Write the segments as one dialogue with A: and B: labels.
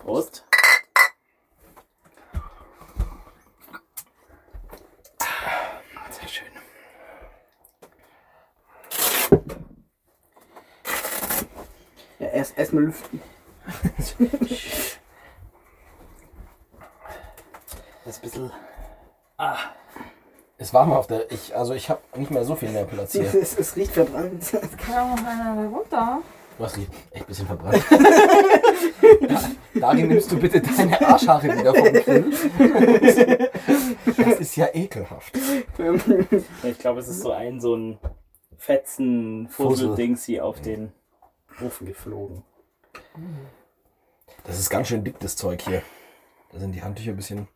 A: Prost. Sehr schön. Ja, erst erstmal lüften. Das ist ein bisschen.
B: Ist warm auf der. Ich, also ich habe nicht mehr so viel mehr Platz hier.
A: Es, es riecht verbrannt.
C: Kann auch einer da runter.
B: Was riecht echt ein bisschen verbrannt. Dari, nimmst du bitte deine Arschhaare wieder vom Grill? Das ist ja ekelhaft.
D: Ich glaube, es ist so ein so ein fetzen
B: Fussel.
D: Fussel-Dings hier auf den Ofen geflogen.
B: Das ist ganz schön dick, das Zeug hier. Da sind die Handtücher ein bisschen.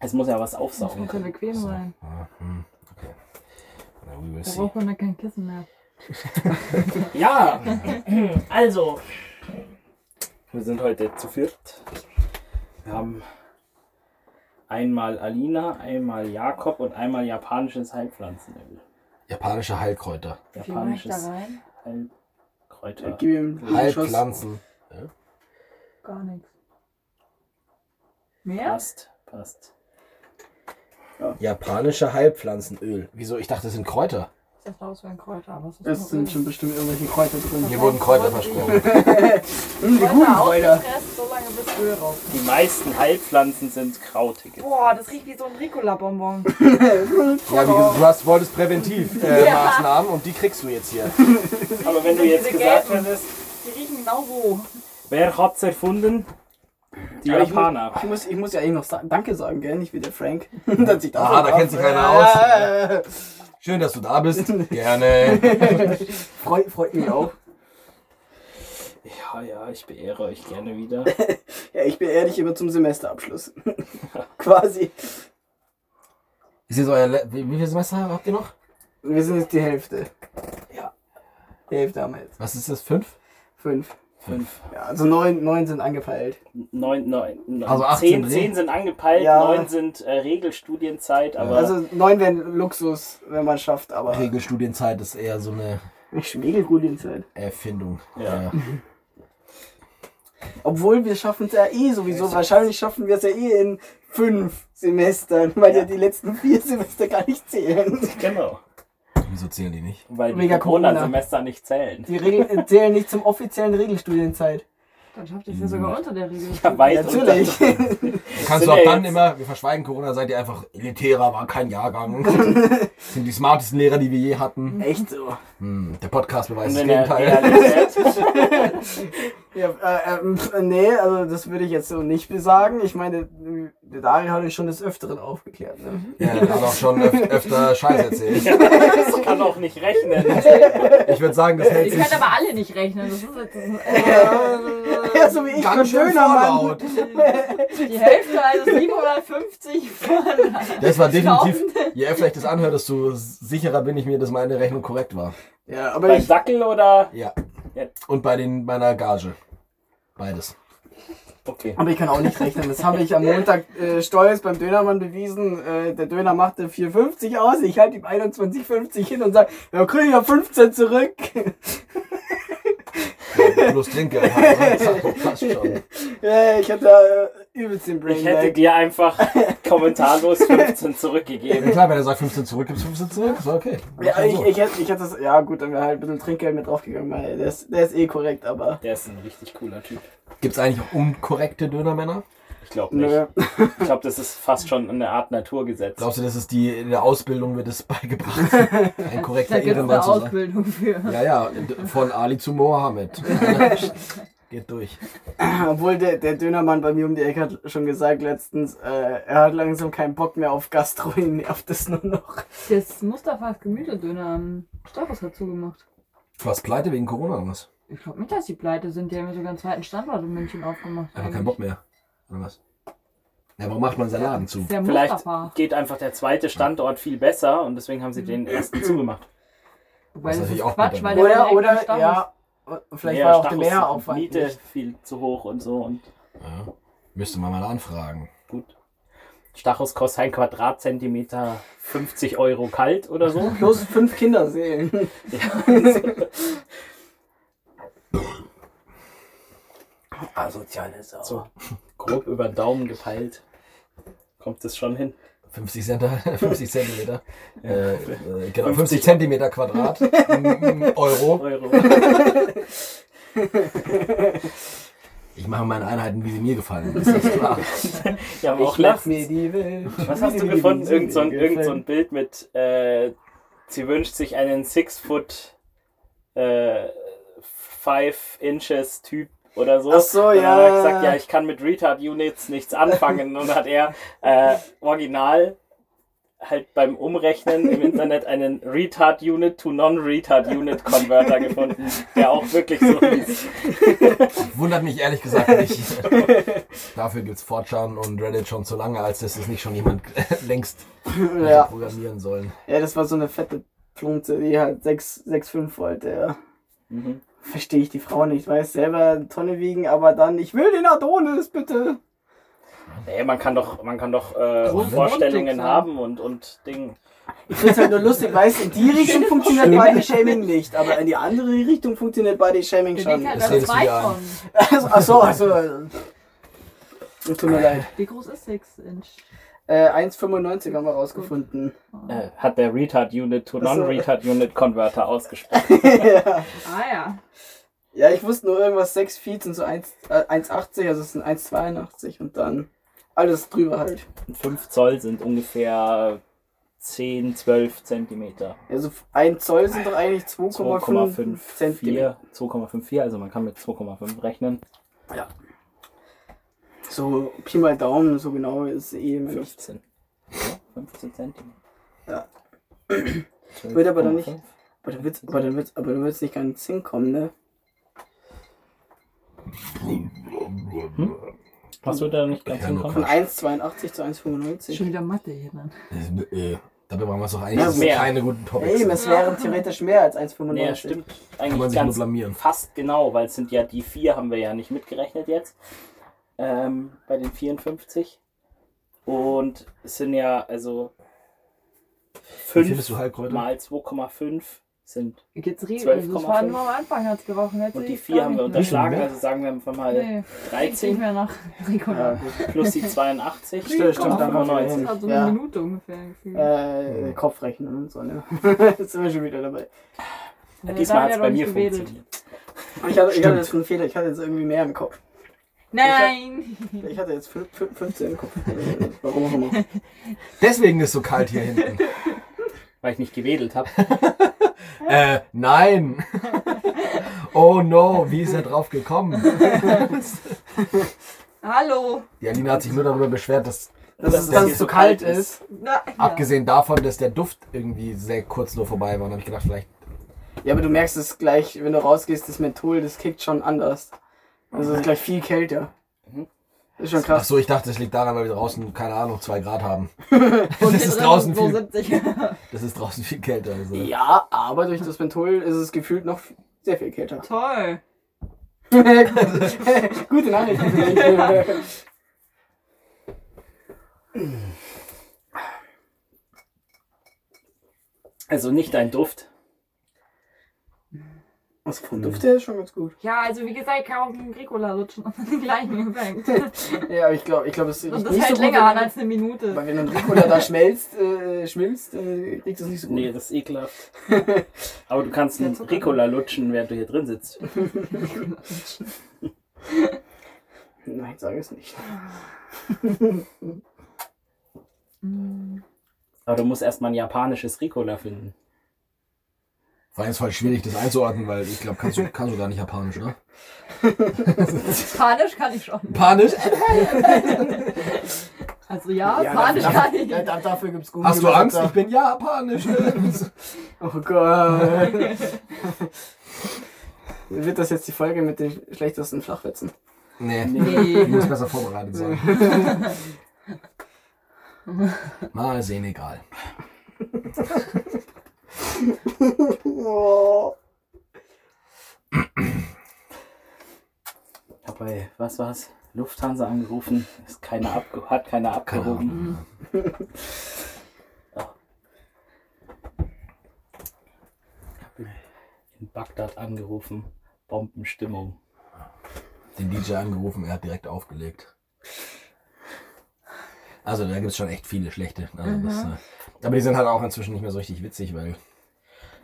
D: Es muss ja was
C: Das
D: aufsaugen.
C: muss ja
D: können.
C: bequem sein.
B: Ah, hm, okay. Na, we will
C: Da
B: see.
C: braucht man ja kein Kissen mehr.
D: Ja, also. Wir sind heute zu viert. Wir haben einmal Alina, einmal Jakob und einmal japanisches Heilpflanzenöl.
B: Japanische Heilkräuter.
C: Wie viel mache ich da
D: Japanisches
C: rein?
D: Heilkräuter.
A: Gib ihm
B: Hm,
A: einen Schuss.
B: Heilpflanzen.
C: Gar nichts. Mehr?
D: Passt, passt.
E: Japanische Heilpflanzenöl.
B: Wieso? Ich dachte, das sind Kräuter.
C: Das sah aus wie ein Kräuter, aber es ist
A: Es sind schon bestimmt irgendwelche Kräuter drin.
B: Mir wurden Kräuter versprochen.
A: Hm, die guten Kräuter.
C: so lange bis Öl raus.
D: Die meisten Heilpflanzen sind krautige.
C: Boah, das riecht wie so ein Ricola-Bonbon.
B: Ja, wie gesagt, du hast, wolltest präventiv äh, Maßnahmen und die kriegst du jetzt hier.
D: Aber wenn du jetzt
C: Diese
D: gesagt
C: gelben.
D: hättest,
C: Die riechen genau so.
D: wer hat's erfunden? Die
A: Aber ich muss-
D: Japaner.
A: Ich muss, ich muss ja eigentlich noch sa Danke sagen, gell? Nicht wie der Frank. Dass ich
B: Ah, da kennt sich keiner
A: aus.
B: Schön, dass du da bist. Gerne.
A: Freut, freut mich auch.
D: Ja, ja, ich beehre euch gerne wieder.
A: Ja, ich beehre dich immer zum Semesterabschluss. Quasi.
B: Ist jetzt euer Le wie, wie viel Semester habt ihr noch?
A: Wir sind jetzt die Hälfte.
D: Ja.
A: Die Hälfte haben wir jetzt.
B: Was ist das? Fünf?
A: Fünf.
D: Fünf.
A: Ja, also neun, neun sind angepeilt.
D: Neun, neun, neun.
B: Also 18
D: zehn,
B: Dreh.
D: zehn sind angepeilt,
A: Ja.
D: neun sind äh, Regelstudienzeit, aber
A: Also neun wären Luxus, wenn man es schafft, aber
B: Regelstudienzeit ist eher so eine
A: ich schmiegel gut in Zeit.
B: Erfindung.
D: Ja.
A: Obwohl wir schaffen es ja eh sowieso. Wahrscheinlich schaffen wir es ja eh in fünf Semestern, weil ja.
D: Ja.
A: die letzten vier Semester gar nicht zählen.
D: genau.
B: Wieso zählen die nicht?
D: Weil die
A: Mega Corona.
D: Corona-Semester nicht zählen.
A: Die Regeln zählen nicht zum offiziellen Regelstudienzeit.
C: Dann schafft ihr es ja sogar unter der Regel.
D: Ja, weit
A: Natürlich.
D: unter-
B: Du kannst
D: sind
B: du auch
D: ja
B: dann
D: jetzt-
B: immer, wir verschweigen Corona, seid ihr einfach elitärer, war kein Jahrgang. sind die smartesten Lehrer, die wir je hatten.
A: Echt so.
B: Hm, der Podcast beweist
D: Und
B: das
D: in der
B: Gegenteil.
D: Realität,
A: Ja, äh, ähm, pf, nee, also das würde ich jetzt so nicht besagen. Ich meine, der Dario hat euch schon des Öfteren aufgeklärt. Ne?
B: Ja, der hat auch schon öf öfter Scheiß erzählt.
D: ich kann auch nicht rechnen.
B: Ich würde sagen, das hält
C: Ich
B: sich
C: kann aber alle nicht rechnen. Das ist jetzt das ist,
A: Ja, so wie ich
B: ganz
A: beim
B: schön
A: Dönermann.
B: vorlaut.
C: die Hälfte, also 750 von.
B: Das war definitiv, je öfter ich das anhöre, desto sicherer bin ich mir, dass meine Rechnung korrekt war.
A: Ja, aber
D: Beim
A: ich,
D: Dackel oder?
B: Ja. Und bei den, meiner Gage. Beides.
D: Okay.
A: aber ich kann auch nicht rechnen. Das habe ich am Montag äh, stolz beim Dönermann bewiesen. Äh, der Döner machte 4,50 aus. Ich halte ihm 21,50 hin und sage, ja, kriege ich ja 15 zurück.
B: Plus Trinkgeld. Passt halt, ne? schon.
A: Äh, ich hatte äh, übelst den Brain
D: Ich hätte
A: Lag.
D: dir einfach kommentarlos 15 zurückgegeben.
B: Ja, klar, wenn er sagt 15 zurück, gibt's 15 zurück. Ist okay.
A: Ja, ich, ich, hätte, ich hätte das, ja gut, dann wäre halt ein bisschen Trinkgeld mit draufgegangen, weil der ist, der ist eh korrekt, aber
D: Der ist ein richtig cooler Typ.
B: Gibt's eigentlich auch unkorrekte Dönermänner?
D: Ich glaube nicht.
A: nö.
D: Ich glaube, das ist fast schon eine Art Naturgesetz.
B: Glaubst du, das ist die, in der Ausbildung wird es beigebracht? Ein korrekter
C: Da gibt es
B: Ehrenmann
C: eine
B: zu sein.
C: Ausbildung für.
B: Ja, ja, von Ali zu Mohammed. Geht durch.
A: Obwohl der, der Dönermann bei mir um die Ecke hat schon gesagt letztens, äh, er hat langsam keinen Bock mehr auf Gastro, ihn nervt es nur noch.
C: Das Mustafas Gemüsedöner am Status hat zugemacht.
B: Was pleite wegen Corona oder was?
C: Ich glaube nicht, dass die pleite sind. Die haben ja sogar einen zweiten Standort in München aufgemacht. Also,
B: Einfach keinen Bock mehr. Oder was? Ja, warum macht man seinen Laden zu?
C: Der
D: Vielleicht
C: Mustafa.
D: geht einfach der zweite Standort viel besser und deswegen haben sie den ersten zugemacht.
C: Wobei
B: Das
C: das
B: ist
C: ist
B: natürlich auch
C: Quatsch,
B: gut,
C: weil der
A: Oder,
C: direkt im
A: oder,
C: Stachus-
A: ja, vielleicht
D: Ja,
A: war auch der
D: Stachus
A: Mehreraufwand.
D: Miete
A: nicht.
D: viel zu hoch und so und
B: Ja. Müsste man mal anfragen.
D: gut. Stachus kostet ein Quadratzentimeter 50 Euro kalt oder so.
A: Plus fünf Kinderseelen.
D: Ja.
B: Asoziale Sau.
D: So grob über den Daumen gepeilt. Kommt das schon hin?
B: 50 Cent, 50 Zentimeter. äh, äh, genau, 50 Zentimeter Quadrat. m- m-
A: Oh.
B: Euro.
D: Euro.
B: Ich mache meine Einheiten, wie sie mir gefallen. Ist das klar?
D: Ja, aber auch
A: Ich mach
D: letztens.
A: mir die Welt.
D: Was hast du gefunden? Irgend so ein, irgend so ein Bild mit, äh, sie wünscht sich einen six foot äh, five inches Typ oder so.
A: Ach so,
D: Und dann
A: ja.
D: Hat er gesagt, ja, ich kann mit Retard Units nichts anfangen. Und hat er äh, original halt beim Umrechnen im Internet einen Retard Unit to Non-Retard Unit Converter gefunden, der auch wirklich so hieß.
B: Wundert mich ehrlich gesagt nicht. Dafür gibt's Fortran und Reddit schon so lange, als dass es nicht schon jemand längst hätte
A: Ja.
B: programmieren sollen.
A: ja, das war so eine fette Plunze, die halt 6,5 wollte. Ja.
D: Mhm.
A: Verstehe ich die Frau nicht, weiß selber Tonne wiegen, aber dann, ich will den Adonis, bitte.
D: Nee, man kann doch, man kann doch äh,
B: Große
D: Vorstellungen
C: Grundsätze.
D: haben und, und Dinge.
A: Ich finde es halt nur lustig, weißt in die Richtung funktioniert Body Shaming nicht, aber in die andere Richtung funktioniert Body Shaming
C: Ich
A: schon.
C: denke halt,
B: Das
C: da
B: redest du
C: zwei
B: dir
C: von.
A: Also, ach so, also. äh, Tut mir leid.
C: Wie groß ist 6 Inch?
A: Äh, 1,95 haben wir rausgefunden.
D: Äh, hat der Retard Unit to
A: Ach so.
D: Non-Retard Unit Converter ausgesprochen.
A: ja.
C: Ah ja.
A: ja, ich wusste nur irgendwas 6 Feet sind so 1, äh, 1,80, also es sind 1,82 und dann alles drüber halt.
D: Und 5 Zoll sind ungefähr 10, 12 Zentimeter.
A: Also 1 Zoll sind doch eigentlich 2,5 Zentimeter.
D: 2,54, 2,54, also man kann mit 2,5 rechnen.
A: Ja. So Pi mal Daumen, so genau ist eh immer nicht.
D: 15. Ja, 15 Zentimeter.
A: Ja. Wird aber dann nicht-
D: 12,5.
A: Aber dann wird's, aber dann wird's, aber dann wird's nicht ganz hinkommen, ne?
D: Hast du da nicht ganz
B: Ja, nur
A: Von
D: hinkommen?
B: Quatsch.
A: 1,82 zu 1,95.
C: Schon wieder Mathe hier dann.
B: Äh, Dabei waren wir es doch eigentlich
A: Ja,
B: das sind
D: mehr.
B: keine guten Topics.
A: Eben, es wären theoretisch mehr als 1,95.
D: Nee, stimmt.
B: Kann man
D: Eigentlich
B: sich nur
D: ganz
B: blamieren.
D: fast genau, weil es sind ja die 4 haben wir ja nicht mitgerechnet jetzt. Ähm, bei den 54. Und es sind ja also
B: Wie viel
D: 5
B: bist du Heilkräuter?
D: mal 2,5 sind.
C: Geht's reden?
D: 12,5.
C: Also das war nur am Anfang, hat's gerochen. Jetzt
D: Und die
C: seht's
D: 4
C: gar
D: haben wir
C: nicht mehr.
D: unterschlagen,
B: mehr.
D: also sagen wir einfach mal
C: Nee, ich nicht
D: 13
C: mehr nach
A: Ja,
C: Regular.
A: gut.
D: plus die 82.
A: Stimmt, stimmt, dann kommen wir hin.
C: Das hat so eine
A: Ja.
C: Minute ungefähr gefühlt. Also,
A: Äh, Kopfrechnen und so, ne? Jetzt sind wir schon wieder dabei.
D: Ja,
C: Ja,
D: diesmal
C: da
D: hat es
C: hat
D: bei
C: er
D: mir
C: doch nicht
D: funktioniert.
A: Ich hatte, ich hatte
B: Stimmt.
A: jetzt einen Fehler, ich hatte jetzt irgendwie mehr im Kopf.
C: Nein!
A: Ich hatte jetzt fün- fün- 15 im Kopf. Warum auch immer.
B: Deswegen ist so kalt hier hinten.
D: Weil ich nicht gewedelt habe.
B: Äh, nein. Oh no, wie ist er drauf gekommen?
C: Hallo!
B: Die Alina hat sich nur darüber beschwert, dass
A: Dass es,
D: Dass
A: dass
D: es
A: es
D: so
A: so kalt
D: kalt
A: ist.
C: Na, ja.
B: abgesehen davon, dass der Duft irgendwie sehr kurz nur vorbei war, und habe ich gedacht, vielleicht
A: Ja, aber du merkst es gleich, wenn du rausgehst, das Menthol, das kickt schon anders. Also es ist gleich viel kälter.
D: Mhm.
A: Ist schon
B: Ach
A: krass.
B: so, ich dachte, es liegt daran, weil wir draußen keine Ahnung zwei Grad haben.
C: Und
B: das
C: hier
B: ist
C: drin
B: draußen
C: so
B: viel,
C: 70.
B: das ist draußen viel kälter. Also.
A: Ja, aber durch das Menthol ist es gefühlt noch f- sehr viel kälter.
C: Toll!
A: Gute Nachricht.
D: Also nicht dein Duft.
A: Also vom
C: Mhm.
A: Duft her ist schon ganz gut.
C: Ja, also wie gesagt, ich kann auch einen Ricola lutschen und den gleichen Effekt.
A: Ja, aber ich glaube, ich glaube, es riecht
C: Und das
A: nicht
C: hält
A: so gut,
C: länger an
A: wenn-
C: als eine Minute.
A: Weil wenn ein Ricola da schmelzt, äh, schmilzt, äh, riecht es nicht so gut.
D: Nee, das ist ekelhaft. Aber du kannst einen
C: Der Zucker.
D: Ricola lutschen, während du hier drin sitzt.
A: Nein, ich sage es nicht.
C: Mm.
D: Aber du musst erstmal ein japanisches Ricola finden.
B: War jetzt voll schwierig, das einzuordnen, weil ich glaube, kannst du, kannst du gar nicht Japanisch, oder?
C: Panisch kann ich schon.
B: Japanisch?
C: Also ja, panisch kann ich.
A: da- da- dafür gibt's gute
B: Hast du Angst? Ich
A: Übersetzer.
B: bin Japanisch.
A: Oh Gott. Wird das jetzt die Folge mit den schlechtesten Flachwitzen?
B: nee,
C: Nee.
B: ich muss besser vorbereitet sein. Mal sehen, egal.
D: Ich habe bei, was war's? Lufthansa angerufen. Ist keiner abge hat keiner
B: Keine
D: abgehoben.
B: Ahnung.
D: In Bagdad angerufen. Bombenstimmung.
B: den DJ angerufen, er hat direkt aufgelegt. Also da gibt es schon echt viele schlechte. Also das,
A: Mhm.
B: äh, aber die sind halt auch inzwischen nicht mehr so richtig witzig, weil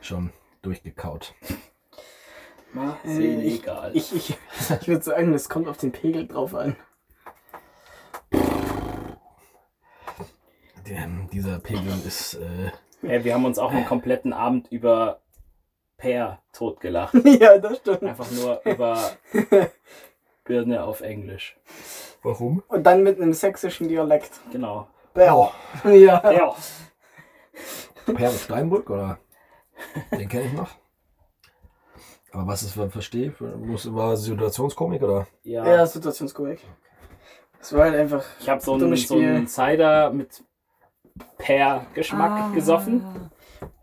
B: schon durchgekaut.
D: Mach
A: Äh,
D: sie
A: ich,
D: legal.
A: ich, ich, ich würde sagen, es kommt auf den Pegel drauf an.
B: Der, dieser Pegel ist äh,
D: Ey, wir haben uns auch einen kompletten Abend über Pear totgelacht.
A: ja, das stimmt.
D: Einfach nur über Birne auf Englisch.
B: Warum?
A: Und dann mit einem sächsischen Dialekt.
D: Genau.
A: Bär. Ja.
D: Ja.
B: Perl Steinbrück oder? Den kenne ich noch. Aber was ist, verstehe, muss war Situationskomik oder?
D: ja.
A: Ja, situationskorrekt. Es war halt einfach.
D: Ich habe so einen,
A: Dummes
D: so einen
A: Spiel.
D: Cider mit Pear-Geschmack
C: Ah.
D: gesoffen.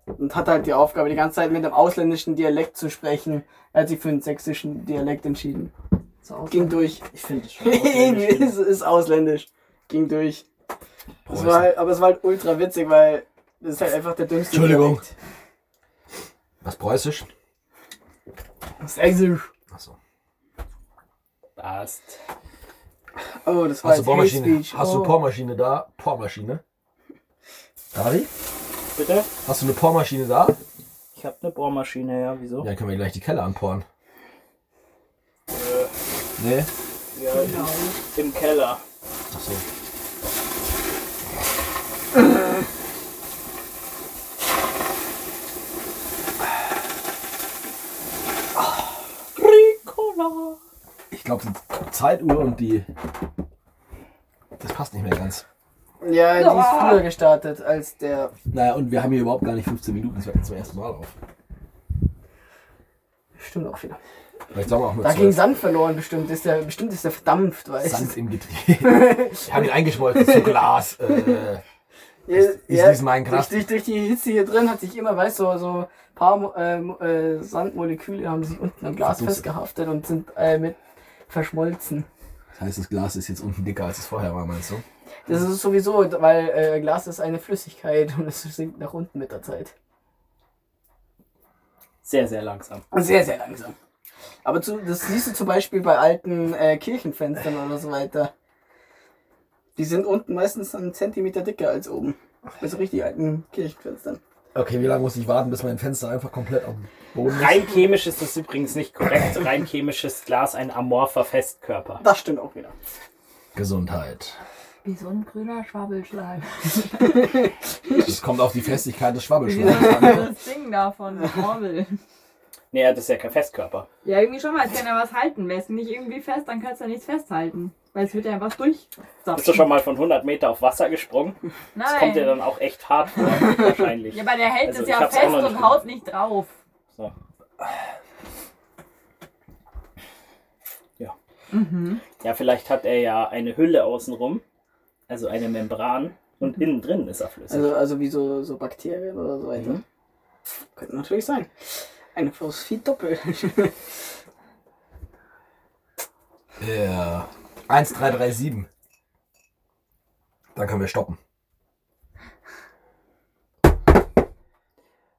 A: Und hatte halt die Aufgabe, die ganze Zeit mit einem ausländischen Dialekt zu sprechen. Er hat sich für einen sächsischen Dialekt entschieden.
C: So aus-
A: Ging durch.
D: Ich finde es schon.
A: Eben,
D: ausländisch.
A: ist, ist ausländisch. Ging durch. Es
B: Preußen.
A: war halt, aber es war halt ultra witzig, weil das ist halt einfach der dümmste
B: Entschuldigung.
A: Dialekt.
B: Was preußisch?
A: Sächsisch.
B: Achso.
D: Passt.
A: Oh,
B: Hast du
A: das war jetzt Hate
B: Bohrmaschine?
A: Speech.
B: Hast
A: oh.
B: du Bohrmaschine da? Bohrmaschine? Dari?
D: Bitte?
B: Hast du eine Bohrmaschine da?
D: Ich habe eine Bohrmaschine, ja, wieso?
B: Ja, dann können wir gleich die Keller anporen. Nee?
D: Ja, Im Keller.
B: Achso.
D: Ricola.
B: Ich glaube, die Zeituhr und die. Das passt nicht mehr ganz.
A: Ja, die ist früher gestartet als der.
B: Naja, und wir haben hier überhaupt gar nicht 15 Minuten. Das wird zum ersten Mal auf.
A: Stimmt auch wieder.
B: Vielleicht sagen wir auch nur
A: Da ging
B: 12.
A: Sand verloren bestimmt. Ist der, bestimmt ist der verdampft, weißt
B: Sand
A: du.
B: im Getriebe. ich habe ihn eingeschmolzen zu Glas. Äh,
A: Ja,
B: ist dies mein Kraft?
A: Durch, durch die Hitze hier drin hat sich immer, weißt du, so, so ein paar Mo- ähm, äh, Sandmoleküle haben sich unten am Glas
B: Verdunstet.
A: festgehaftet und sind äh, mit verschmolzen.
B: das heißt, das Glas ist jetzt unten dicker, als es vorher war, meinst du?
A: Das ist sowieso, weil äh, Glas ist eine Flüssigkeit und es sinkt nach unten mit der Zeit.
D: Sehr, sehr langsam.
A: Sehr, sehr langsam. Aber zu, das siehst du zum Beispiel bei alten äh, Kirchenfenstern oder so weiter. Die sind unten meistens einen Zentimeter dicker als oben. Bei so richtig alten Kirchenfenstern.
B: Okay, wie lange muss ich warten, bis mein Fenster einfach komplett auf dem Boden ist?
D: Rein chemisch ist das übrigens nicht korrekt. Rein chemisch ist Glas ein amorpher Festkörper.
A: Das stimmt auch wieder.
B: Gesundheit.
C: Wie so ein grüner Schwabbelschlag.
B: Das kommt auf die Festigkeit des
C: Wie
B: Schwabbelschlags
C: so
B: an. ne?
C: ein Ding da von Orwell.
D: Nee, das ist ja kein Festkörper.
C: Ja, irgendwie schon mal, als kann er was halten. Wäre es nicht irgendwie fest, dann kannst du ja nichts festhalten. Weil es wird ja was durch.
D: Bist du schon mal von 100 Meter auf Wasser gesprungen?
C: Nein.
D: Das kommt dir dann auch echt hart vor, wahrscheinlich.
C: ja, aber der hält
D: Also,
C: es
D: ich
C: ja
D: hab's auch
C: fest
D: noch
C: und
D: nicht gemacht.
C: haut nicht drauf.
D: So. Ja. Ja, vielleicht hat er ja eine Hülle außenrum, also eine Membran, und innen drin ist er flüssig.
A: Also, also wie so, so Bakterien oder so weiter. Könnte natürlich sein. Eine Phosphid-Doppel.
B: Ja. 1337. Dann können wir stoppen.